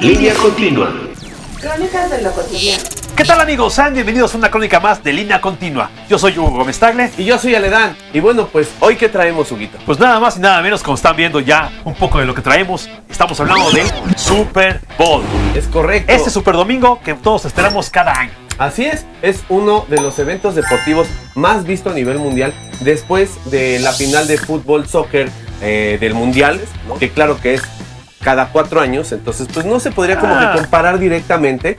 Línea continua. Crónicas de lo cotidiano. ¿Qué tal amigos? Sean bienvenidos a una crónica más de Línea Continua. Yo soy Hugo Gómez Tagle. Y yo soy Aledán. Y bueno, pues hoy que traemos, Huguito. Pues nada más y nada menos, como están viendo ya un poco de lo que traemos, estamos hablando del Super Bowl. Es correcto. Este Super Domingo que todos esperamos cada año. Así es, es uno de los eventos deportivos más visto a nivel mundial después de la final de fútbol soccer eh, del mundial, que claro que es cada cuatro años, entonces pues no se podría como Ah. que comparar directamente,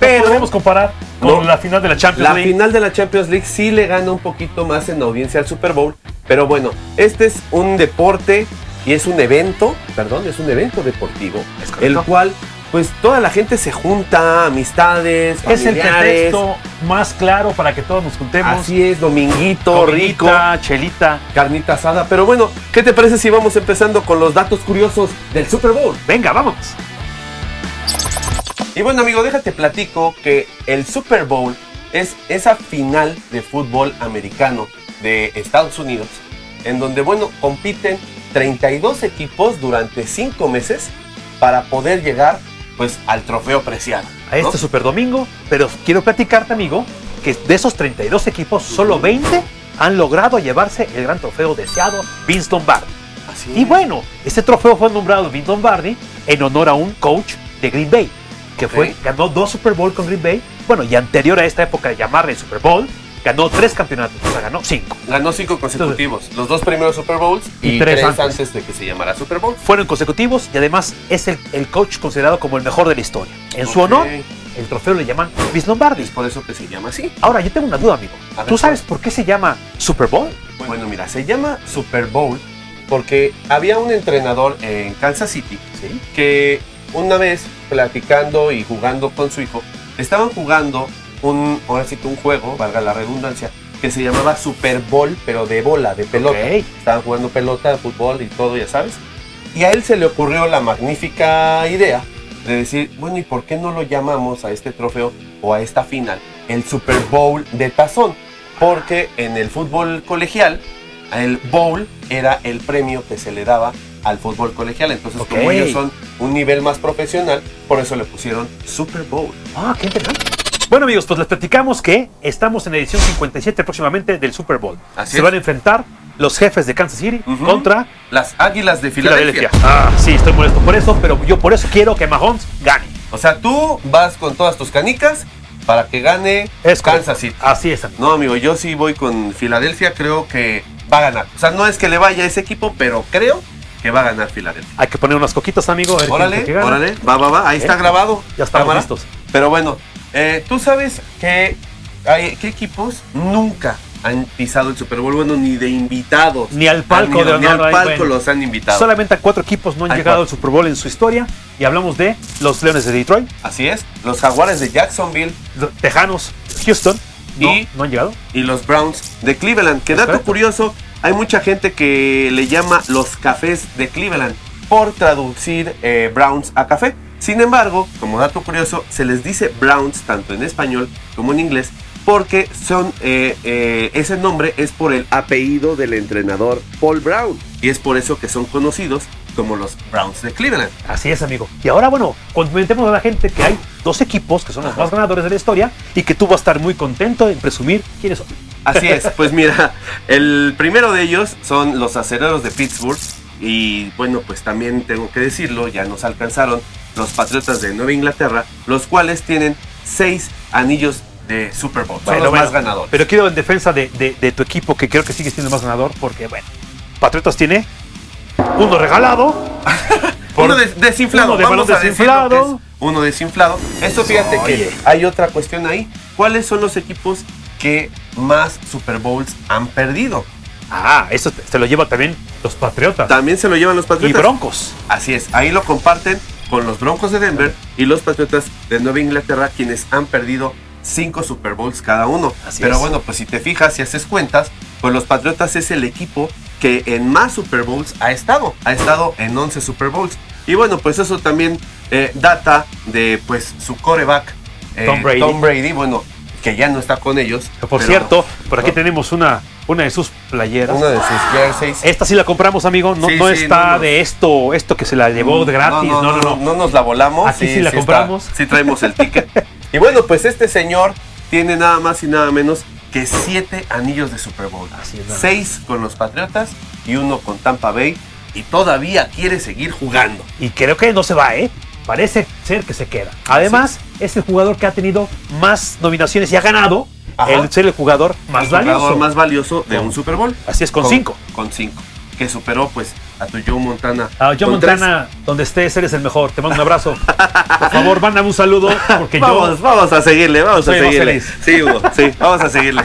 Pero pero podemos comparar con No. la final de la Champions la League. final de la Champions League sí le gana un poquito más en audiencia al Super Bowl, pero bueno, este es un deporte y es un evento, perdón, es un evento deportivo, Es el correcto. cual pues toda la gente se junta, amistades, es el familiares, pretexto más claro para que todos nos juntemos. así es, dominguito, rico, Comidita, chelita. carnita asada, pero bueno, ¿qué te parece si vamos empezando con los datos curiosos del Super Bowl? Venga, vamos. Y bueno, amigo, déjate platico que el Super Bowl es esa final de fútbol americano de Estados Unidos, en donde, bueno, compiten 32 equipos durante 5 meses para poder llegar, pues, al trofeo preciado. a ¿no? este Super Domingo, pero quiero platicarte, amigo, que de esos 32 equipos, solo 20 han logrado llevarse el gran trofeo deseado, Vince Lombardi. Así Y es. bueno, este trofeo fue nombrado Vince Lombardi en honor a un coach de Green Bay, que fue, Ok. ganó dos Super Bowl con Green Bay, bueno, y anterior a esta época de llamarle Super Bowl, ganó tres campeonatos, o sea, ganó cinco. Ganó 5 consecutivos, los dos primeros Super Bowls Y y, tres tres, antes. antes de que se llamara Super Bowl. Fueron consecutivos y además es el, el coach considerado como el mejor de la historia. En su Ok. honor, el trofeo le llaman Vince Lombardi. Es por eso que se llama así. Ahora, yo tengo una duda, amigo. A ver, ¿Tú sabes por qué se llama Super Bowl? Bueno, mira, se llama Super Bowl porque había un entrenador en Kansas City Sí. que una vez platicando y jugando con su hijo, estaban jugando un, ahora sí que un juego, valga la redundancia, que se llamaba Super Bowl, pero de bola, de pelota. Ok. Estaban jugando pelota, fútbol y todo, ya sabes. Y a él se le ocurrió la magnífica idea de decir, bueno, ¿y por qué no lo llamamos a este trofeo o a esta final el Super Bowl de tazón? Porque en el fútbol colegial, el bowl era el premio que se le daba al fútbol colegial. Entonces, Ok. como ellos son un nivel más profesional, por eso le pusieron Super Bowl. Ah, qué interesante. Bueno, amigos, pues les platicamos que estamos en la edición 57 próximamente del Super Bowl. Así Se es. van a enfrentar los jefes de Kansas City Ujú. contra Las Águilas de Filadelfia. Filadelfia. Ah, sí, estoy molesto por eso, pero yo por eso quiero que Mahomes gane. O sea, tú vas con todas tus canicas para que gane Es Kansas correcto. City. Así es, amigo. No, amigo, yo sí voy con Filadelfia, creo que va a ganar. O sea, no es que le vaya a ese equipo, pero creo que va a ganar Filadelfia. Hay que poner unas coquitas, amigo. a ver quién es el que Órale, gana. órale, va, va, va, ahí está Eh, grabado. ya estamos cámara. listos. Pero bueno, eh, tú sabes que hay, qué equipos nunca han pisado el Super Bowl, bueno, ni de invitados. Ni al palco Han ido, de Ni honor, al ahí, palco bueno. los han invitado. Solamente a cuatro equipos no han Hay llegado cuatro. al Super Bowl en su historia. Y hablamos de los Leones de Detroit, Así es, los Jaguares de Jacksonville los Tejanos, Houston. No, Y- no han llegado. y los Browns de Cleveland. Que dato Correcto. curioso, hay mucha gente que le llama los cafés de Cleveland por traducir eh, Browns a café. Sin embargo, como dato curioso, se les dice Browns tanto en español como en inglés porque son eh, eh, ese nombre es por el apellido del entrenador Paul Brown y es por eso que son conocidos como los Browns de Cleveland. Así es, amigo. Y ahora, bueno, comentemos a la gente que hay dos equipos que son los más ganadores de la historia y que tú vas a estar muy contento en presumir quiénes son. Así es, pues mira, el primero de ellos son los acereros de Pittsburgh. Y bueno, pues también tengo que decirlo, ya nos alcanzaron los Patriotas de Nueva Inglaterra, los cuales tienen seis anillos de Super Bowl. son los más ganadores. Pero quiero en defensa de, de- de tu equipo, que creo que sigue siendo el más ganador, porque, bueno, Patriotas tiene uno regalado. por- uno de- desinflado, uno de vamos balón a decirlo que desinflado. es uno desinflado. Esto fíjate Oye. que hay otra cuestión ahí. ¿Cuáles son los equipos que más Super Bowls han perdido? Ah, eso se lo llevan también los Patriotas También se lo llevan los y Patriotas. Broncos. Así es, ahí lo comparten con los Broncos de Denver y los Patriotas de Nueva Inglaterra, quienes han perdido cinco Super Bowls cada uno. Así Pero es. bueno, pues si te fijas y haces cuentas, pues los Patriotas es el equipo que en más Super Bowls ha estado. Ha estado en 11 Super Bowls. Y bueno, pues eso también eh, data de pues su coreback, eh, Tom Brady. Tom Brady, bueno, que ya no está con ellos. Que, Por pero- cierto, por aquí ¿no? tenemos una una de sus playeras. Uno de sus jerseys. Esta sí la compramos, amigo. No, Sí, no sí, está no, no. de esto, esto que se la llevó Mm, de gratis. No, no, no. nos la volamos. Aquí sí la está. compramos. sí traemos el ticket. y bueno, pues este señor tiene nada más y nada menos que siete anillos de Super Bowl. Así es, nada Seis con los Patriotas y uno con Tampa Bay. Y todavía quiere seguir jugando. Y creo que no se va, ¿eh? Parece ser que se queda. Además, es el jugador que ha tenido más nominaciones y ha ganado Ajá. el ser el jugador más El valioso. jugador más valioso de un Super Bowl. Así es, con cinco. Con cinco. Que superó pues a tu Joe Montana. Ah, Joe con tres. Montana, donde estés, eres el mejor. Te mando un abrazo. Por favor, mándame un saludo, porque yo Vamos, vamos a seguirle, vamos Soy a más seguirle. feliz. Sí, Hugo, sí, vamos a seguirle.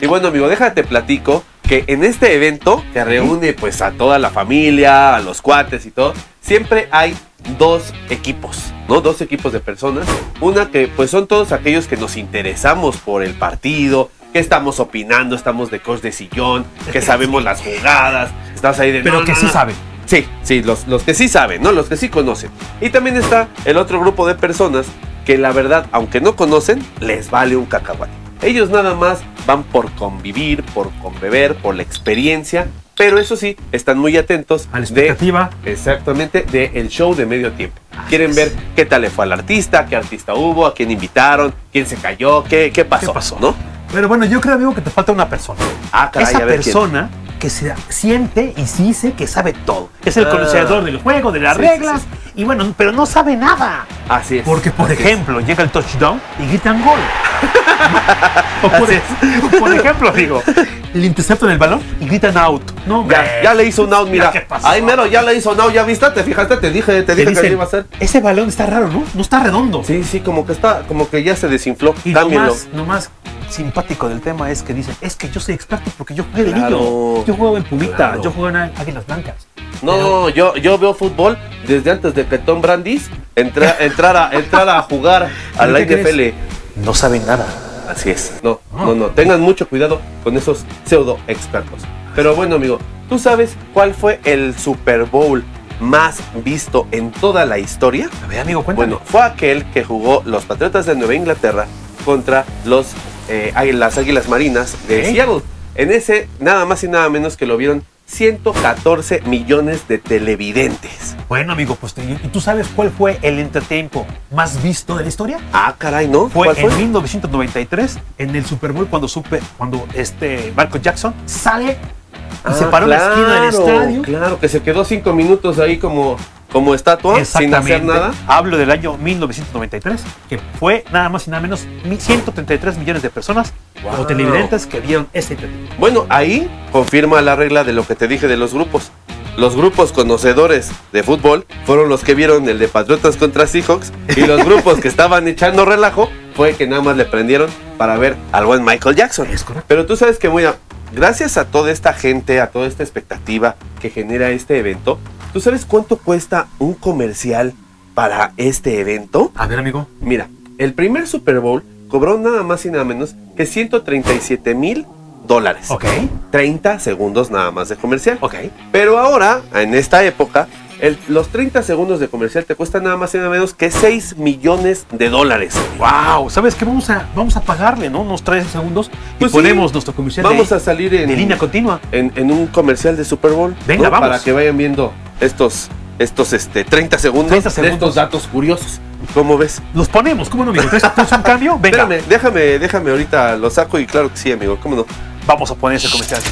Y bueno, amigo, déjate platico que en este evento que reúne pues a toda la familia, a los cuates y todo, siempre hay dos equipos, ¿no? Dos equipos de personas. Una que pues son todos aquellos que nos interesamos por el partido, que estamos opinando, estamos de cos de sillón, que sabemos las jugadas, estás ahí de... Pero "No, que no, sí no". saben. Sí, sí, los, los que sí saben, ¿no? Los que sí conocen. Y también está el otro grupo de personas que la verdad, aunque no conocen, les vale un cacahuate. Ellos nada más van por convivir, por conbeber, por la experiencia, pero eso sí, están muy atentos a la de expectativa. Exactamente, del show de medio tiempo. Quieren ver qué tal le fue al artista, qué artista hubo, a quién invitaron, quién se cayó, qué, qué pasó, pasó? ¿no? Pero bueno, yo creo, amigo, que te falta una persona. Ah, caray, Esa a ver quién. persona que se siente y sí dice que sabe todo. Es el Ah. conocedor del juego, de las Sí, sí, reglas, y bueno, pero no sabe nada. Así es. Porque, por así es. ejemplo, llega el touchdown y gritan gol. o, por, o por ejemplo, digo, el intercepto del balón y gritan out. No, Ya, ya le hizo un out, mira. ¿qué pasó? Ay, mero, ya le hizo un out, ya viste, te fijaste, te dije, te Te dije que dicen, lo iba a hacer. ese balón está raro, ¿no? No está redondo. Sí, sí, como que está, como que ya se desinfló. Y lo Cámbienlo. más, lo más simpático del tema es que dicen, es que yo soy experto porque yo jugué de niño. Claro. Yo jugaba en Pumita, Claro. yo jugaba en Águilas Blancas. No, yo, yo veo fútbol desde antes de que Tom Brandis entra- entrara, entrara a jugar a ¿Y la qué crees? NFL. No saben nada. Así es. No, no, no. Tengan mucho cuidado con esos pseudo expertos. Pero bueno, amigo, ¿tú sabes cuál fue el Super Bowl más visto en toda la historia? A ver, amigo, cuéntame. Bueno, fue aquel que jugó los Patriotas de Nueva Inglaterra contra los, eh, águ- las Águilas Marinas de Ok. Seattle. En ese, nada más y nada menos que lo vieron 114 millones de televidentes. Bueno, amigo, pues ¿y y tú sabes cuál fue el entretiempo más visto de la historia? Ah, caray, ¿no? Fue ¿Cuál en 1993, en el Super Bowl, cuando supe, cuando este Michael Jackson sale y Ah, se paró en la esquina del claro, estadio. Claro, que se quedó cinco minutos ahí como, como estatua, sin hacer nada. Hablo del año 1993, que fue nada más y nada menos mi- 133 millones de personas Wow. o televidentes que vieron este entretiempo. Bueno, ahí confirma la regla de lo que te dije de los grupos. Los grupos conocedores de fútbol fueron los que vieron el de Patriotas contra Seahawks y los grupos que estaban echando relajo fue que nada más le prendieron para ver al buen Michael Jackson. Es correcto. Pero tú sabes que, mira, gracias a toda esta gente, a toda esta expectativa que genera este evento, ¿tú sabes cuánto cuesta un comercial para este evento? A ver, amigo. Mira, el primer Super Bowl cobró nada más y nada menos que 137 mil dólares. Ok, 30 segundos nada más de comercial. ok. Pero ahora, en esta época, el- los 30 segundos de comercial te cuesta nada más y nada menos que 6 millones de dólares. Wow, ¿sabes qué? Vamos a, vamos a pagarle, ¿no? Unos 13 segundos y Pues sí. ponemos nuestro comercial Vamos de, a salir en, de línea continua. en, en un comercial de Super Bowl. Venga, ¿no? vamos. Para que vayan viendo estos, estos este, 30 segundos, 30 de estos segundos. datos curiosos. ¿Cómo ves? Los ponemos, ¿cómo no, amigo? ¿Tres, tres, un cambio? Venga, Espérame, déjame, déjame ahorita lo saco y claro que sí, amigo, ¿cómo no? vamos a poner ese comercial.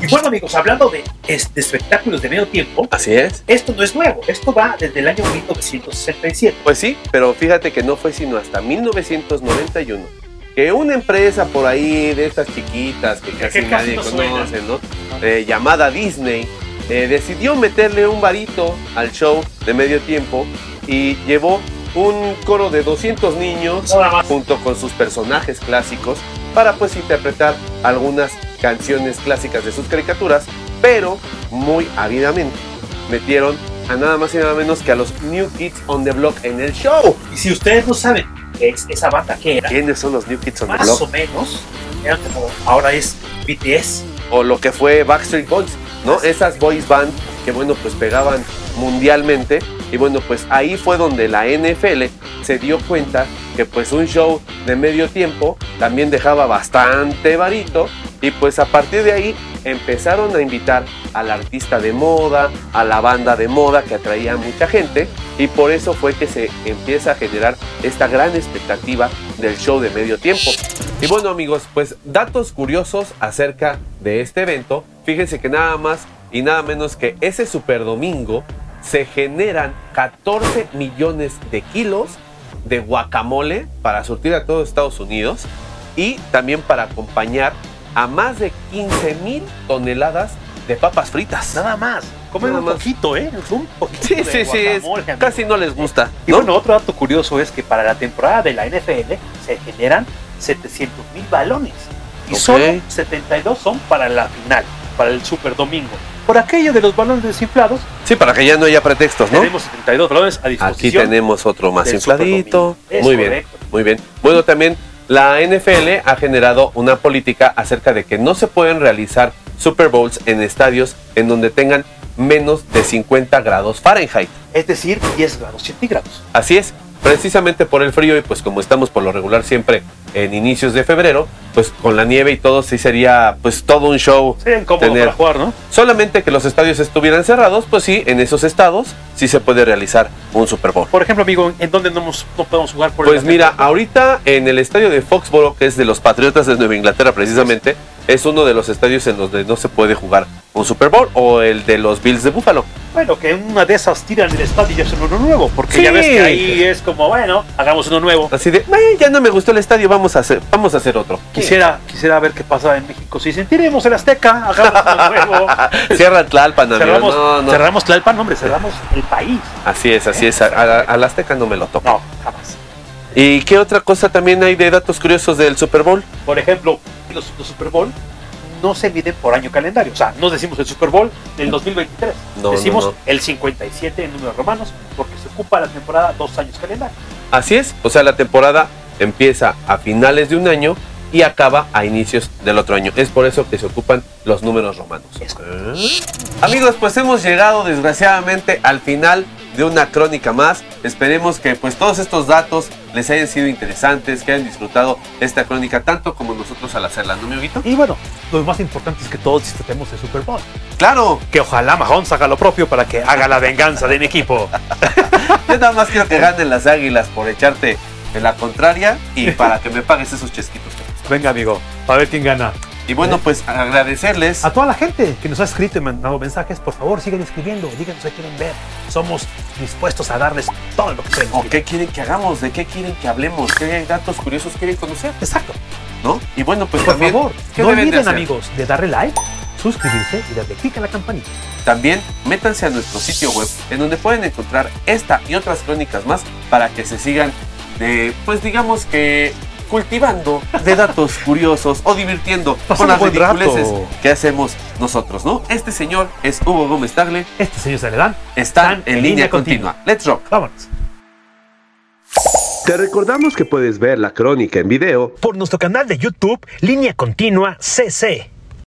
Y bueno, amigos, hablando de, es- de espectáculos de medio tiempo, Así es. esto no es nuevo, esto va desde el año 1967. Pues sí, pero fíjate que no fue sino hasta 1991 que una empresa por ahí de estas chiquitas que casi casi nadie no suena. conoce, ¿no? Eh, llamada Disney, eh, decidió meterle un varito al show de medio tiempo y llevó un coro de 200 niños Nada más. junto con sus personajes clásicos para pues interpretar algunas canciones clásicas de sus caricaturas, pero muy ávidamente metieron a nada más y nada menos que a los New Kids on the Block en el show. Y si ustedes no saben qué es esa banda que era, ¿Quiénes son los New Kids on the más o Block? menos, eran como ahora es BTS, O lo que fue Backstreet Boys, ¿no? Esas boys band que, bueno, pues pegaban mundialmente Y bueno, pues ahí fue donde la NFL se dio cuenta que pues un show de medio tiempo también dejaba bastante varito y pues a partir de ahí empezaron a invitar al artista de moda, a la banda de moda que atraía a mucha gente y por eso fue que se empieza a generar esta gran expectativa del show de medio tiempo. Y bueno amigos, pues datos curiosos acerca de este evento. Fíjense que nada más y nada menos que ese super domingo se generan 14 millones de kilos de guacamole para surtir a todo Estados Unidos y también para acompañar a más de 15 mil toneladas de papas fritas. Nada más. Comen Nada un más. poquito, ¿eh? Un poquito. Sí, de sí, sí, es- guacamole, amigo. casi no les gusta. Y ¿no? bueno, otro dato curioso es que para la temporada de la NFL se generan 700 mil balones y Ok. solo 72 son para la final, para el Super Domingo. Por aquello de los balones desinflados, Sí, para que ya no haya pretextos, ¿no? tenemos 72 balones a Aquí disposición. tenemos otro más del infladito. Super Domingo. Es Muy bien, correcto. muy bien. Bueno, también la NFL ha generado una política acerca de que no se pueden realizar Super Bowls en estadios en donde tengan menos de 50 grados Fahrenheit. Es decir, 10 grados centígrados. Así es, precisamente por el frío y pues como estamos por lo regular siempre en inicios de febrero, pues con la nieve y todo sí sería pues todo un show. Sería incómodo Tener- para jugar, ¿no? Solamente que los estadios estuvieran cerrados, pues sí, en esos estados sí se puede realizar un Super Bowl. Por ejemplo, amigo, ¿en dónde no, hemos- no podemos jugar? Por Pues la mira, temporada? ahorita en el estadio de Foxboro, que es de los Patriotas de Nueva Inglaterra precisamente, es uno de los estadios en donde no se puede jugar un Super Bowl o el de los Bills de Buffalo. Bueno, que en una de esas tiran el estadio y hacen uno nuevo, porque ya Sí. ves que ahí es como, bueno, hagamos uno nuevo. Así de, "Ay, ya no me gustó el estadio, vamos a hacer, vamos a hacer otro. Quisiera, quisiera ver qué pasa en México. Si dicen, tiremos el Azteca, hagamos un nuevo. Cierra Tlalpan, amigo. cerramos, No, no. cerramos Tlalpan, hombre, cerramos el país. Así es, así es. A- a- Al Azteca no me lo toca. No, jamás. ¿Y qué otra cosa también hay de datos curiosos del Super Bowl? Por ejemplo, los, los Super Bowl no se miden por año calendario. O sea, no decimos el Super Bowl del 2023. No, decimos no, no. el 57 en números romanos, porque se ocupa la temporada dos años calendario. Así es, o sea, la temporada empieza a finales de un año y acaba a inicios del otro año. Es por eso que se ocupan los números romanos. Es correcto. ¿Eh? Amigos, pues hemos llegado desgraciadamente al final de una crónica más. Esperemos que pues todos estos datos les hayan sido interesantes, que hayan disfrutado esta crónica tanto como nosotros al hacerla, ¿no, mi amiguito? Y bueno, lo más importante es que todos disfrutemos el Super Bowl. Claro, Que ojalá Mahomes haga lo propio para que haga la venganza de mi equipo. Yo nada más quiero que ganen las águilas por echarte de la contraria y para que me pagues esos chesquitos. Venga, amigo, a ver quién gana. Y bueno, pues agradecerles. A toda la gente que nos ha escrito y mandado mensajes, por favor, sigan escribiendo, díganos qué quieren ver. Somos dispuestos a darles todo lo que se ¿O qué quieren que hagamos? ¿De qué quieren que hablemos? ¿Qué datos curiosos quieren conocer? Exacto. ¿No? Y bueno, pues Por también, favor, ¿qué no deben de olviden, hacer? amigos, de darle like, suscribirse y darle clic a la campanita. También métanse a nuestro sitio web en donde pueden encontrar esta y otras crónicas más para que se sigan de, pues digamos que cultivando de datos curiosos o divirtiendo Pasen con las un buen rato. ridiculeces que hacemos nosotros, ¿no? Este señor es Hugo Gómez Tagle, Este señor se le dan. están en, línea, continua. Let's rock. Vámonos. Te recordamos que puedes ver la crónica en video por nuestro canal de YouTube Línea Continua CC.